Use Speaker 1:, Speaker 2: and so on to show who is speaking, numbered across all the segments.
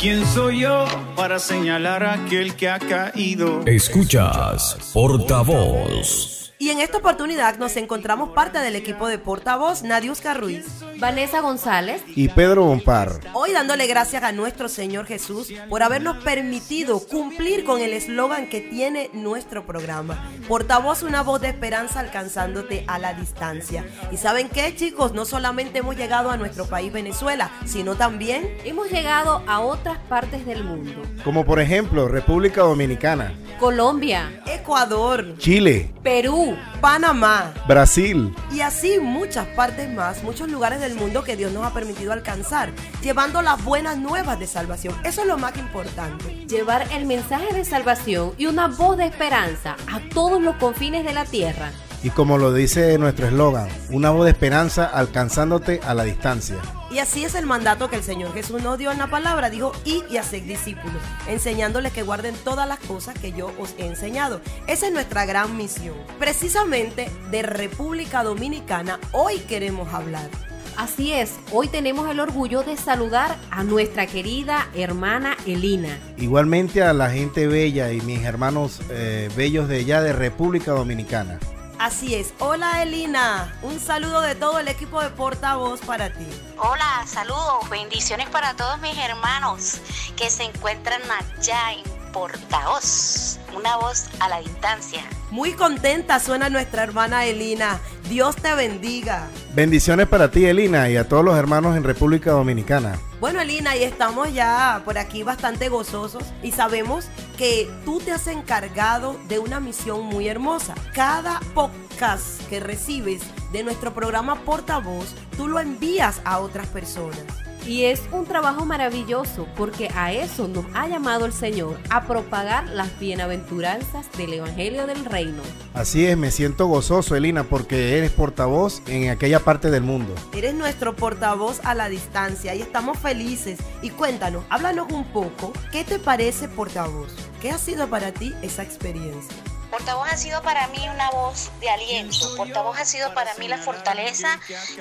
Speaker 1: ¿Quién soy yo para señalar a aquel que ha caído?
Speaker 2: Escuchas Portavoz.
Speaker 3: Y en esta oportunidad nos encontramos parte del equipo de portavoz Nadiuska Ruiz.
Speaker 4: Vanessa González.
Speaker 5: y Pedro Bompar.
Speaker 3: Hoy dándole gracias a nuestro Señor Jesús por habernos permitido cumplir con el eslogan que tiene nuestro programa. Portavoz una voz de esperanza alcanzándote a la distancia. Y saben qué chicos, no solamente hemos llegado a nuestro país Venezuela, sino también
Speaker 4: Hemos llegado a otras partes del mundo.
Speaker 5: Como por ejemplo República Dominicana,
Speaker 4: Colombia,
Speaker 3: Ecuador,
Speaker 5: Chile,
Speaker 4: Perú,
Speaker 3: Panamá.
Speaker 5: Brasil.
Speaker 3: Y así muchas partes más, muchos lugares del mundo que Dios nos ha permitido alcanzar, llevando las buenas nuevas de salvación. Eso es lo más que importante.
Speaker 4: llevar el mensaje de salvación y una voz de esperanza a todos los confines de la tierra.
Speaker 5: Y como lo dice nuestro eslogan, una voz de esperanza alcanzándote a la distancia.
Speaker 3: Y así es el mandato que el Señor Jesús nos dio en la palabra, dijo, y y haced discípulos, enseñándoles que guarden todas las cosas que yo os he enseñado. Esa es nuestra gran misión. Precisamente de República Dominicana hoy queremos hablar.
Speaker 4: Así es, hoy tenemos el orgullo de saludar a nuestra querida hermana Elina.
Speaker 5: Igualmente a la gente bella y mis hermanos eh, bellos de allá de República Dominicana.
Speaker 3: Así es, hola Elina, un saludo de todo el equipo de portavoz para ti.
Speaker 6: Hola, saludos, bendiciones para todos mis hermanos que se encuentran allá en Portavoz, una voz a la distancia.
Speaker 3: Muy contenta suena nuestra hermana Elina. Dios te bendiga.
Speaker 5: Bendiciones para ti, Elina, y a todos los hermanos en República Dominicana.
Speaker 3: Bueno, Elina, y estamos ya por aquí bastante gozosos y sabemos que tú te has encargado de una misión muy hermosa. Cada podcast que recibes de nuestro programa Portavoz, tú lo envías a otras personas.
Speaker 4: Y es un trabajo maravilloso porque a eso nos ha llamado el Señor, a propagar las bienaventuranzas del Evangelio del Reino.
Speaker 5: Así es, me siento gozoso, Elina, porque eres portavoz en aquella parte del mundo.
Speaker 3: Eres nuestro portavoz a la distancia y estamos felices. Y cuéntanos, háblanos un poco, ¿qué te parece portavoz? ¿Qué ha sido para ti esa experiencia?
Speaker 6: Portavoz ha sido para mí una voz de aliento, portavoz ha sido para mí la fortaleza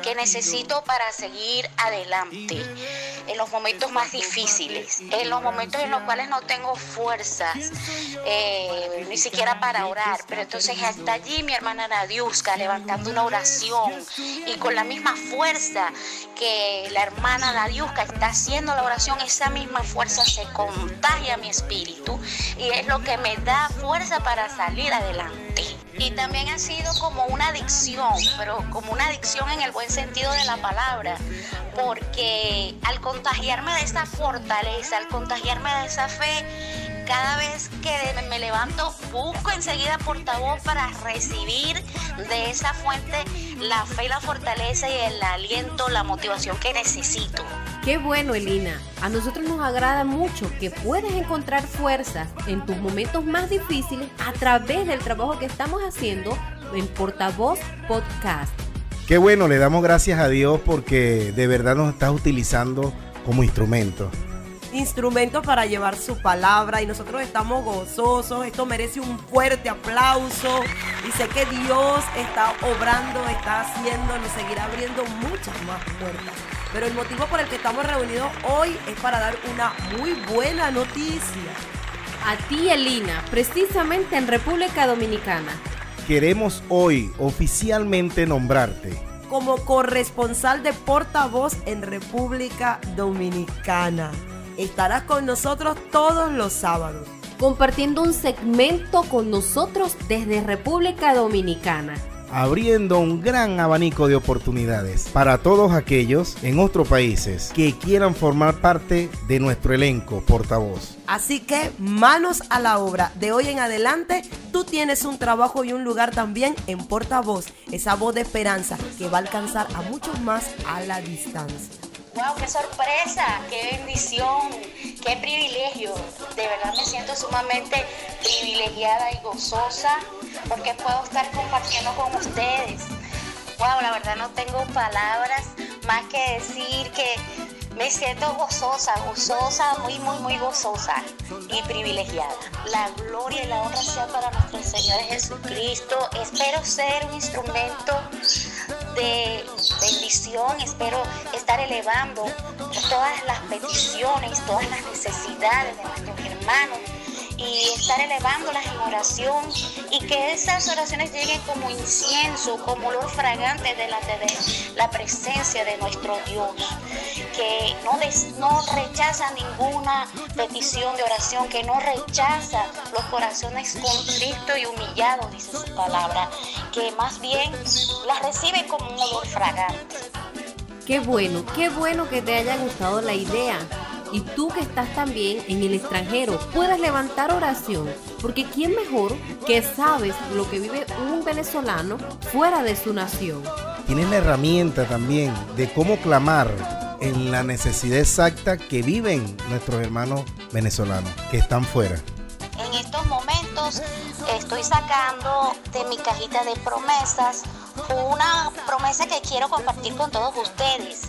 Speaker 6: que necesito para seguir adelante en los momentos más difíciles, en los momentos en los cuales no tengo fuerzas, eh, ni siquiera para orar, pero entonces hasta allí mi hermana Nadiuska levantando una oración y con la misma fuerza que la hermana Nadiuska está haciendo la oración, esa misma fuerza se contagia a mi espíritu y es lo que me da fuerza para salir adelante. Y también ha sido como una adicción, pero como una adicción en el buen sentido de la palabra, porque al contagiarme de esa fortaleza, al contagiarme de esa fe, cada vez que me levanto busco enseguida portavoz para recibir de esa fuente la fe, la fortaleza y el aliento, la motivación que necesito.
Speaker 4: Qué bueno, Elina. A nosotros nos agrada mucho que puedas encontrar fuerzas en tus momentos más difíciles a través del trabajo que estamos haciendo en Portavoz Podcast.
Speaker 5: Qué bueno, le damos gracias a Dios porque de verdad nos estás utilizando como instrumento.
Speaker 3: instrumentos para llevar su palabra y nosotros estamos gozosos. Esto merece un fuerte aplauso y sé que Dios está obrando, está haciendo, nos seguirá abriendo muchas más puertas. Pero el motivo por el que estamos reunidos hoy es para dar una muy buena noticia.
Speaker 4: A ti, Elina, precisamente en República Dominicana.
Speaker 5: Queremos hoy oficialmente nombrarte.
Speaker 3: como corresponsal de portavoz en República Dominicana. Estarás con nosotros todos los sábados.
Speaker 4: compartiendo un segmento con nosotros desde República Dominicana.
Speaker 5: abriendo un gran abanico de oportunidades para todos aquellos en otros países que quieran formar parte de nuestro elenco portavoz.
Speaker 3: Así que manos a la obra. De hoy en adelante, tú tienes un trabajo y un lugar también en portavoz. Esa voz de esperanza que va a alcanzar a muchos más a la distancia.
Speaker 6: ¡Wow! ¡Qué sorpresa! ¡Qué bendición! ¡Qué privilegio! De verdad me siento sumamente privilegiada y gozosa porque puedo estar compartiendo con ustedes. ¡Wow! La verdad no tengo palabras más que decir que me siento gozosa, gozosa, muy, muy, muy gozosa y privilegiada. La gloria y la honra sea para nuestro Señor Jesucristo. Espero ser un instrumento de bendición. Espero estar elevando todas las peticiones, todas las necesidades de nuestros hermanos y estar elevándolas en oración y que esas oraciones lleguen como incienso, como olor fragante delante de la presencia de nuestro Dios, que no, des- no rechaza ninguna petición de oración, que no rechaza los corazones contritos y humillados, dice su palabra, que más bien las recibe como un olor fragante.
Speaker 4: Qué bueno, qué bueno que te haya gustado la idea. Y tú que estás también en el extranjero, puedas levantar oración. Porque ¿quién mejor que sabes lo que vive un venezolano fuera de su nación?
Speaker 5: Tienes la herramienta también de cómo clamar en la necesidad exacta que viven nuestros hermanos venezolanos que están fuera.
Speaker 6: En estos momentos estoy sacando de mi cajita de promesas una promesa que quiero compartir con todos ustedes.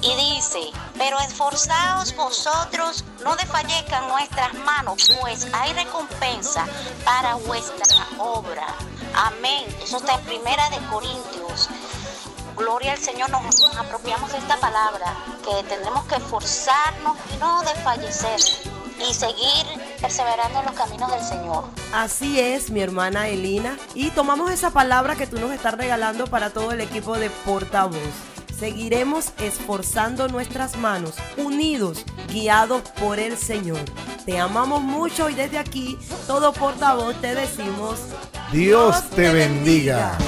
Speaker 6: Y dice, pero esforzaos vosotros, no desfallezcan nuestras manos, pues hay recompensa para vuestra obra. Amén. Eso está en Primera de Corintios. Gloria al Señor, nos apropiamos de esta palabra, que tendremos que esforzarnos y no desfallecer y seguir perseverando en los caminos del Señor.
Speaker 3: Así es, mi hermana Elina. Y tomamos esa palabra que tú nos estás regalando para todo el equipo de portavoz. Seguiremos esforzando nuestras manos, unidos, guiados por el Señor. Te amamos mucho y desde aquí, todo portavoz, te decimos...
Speaker 5: Dios te bendiga.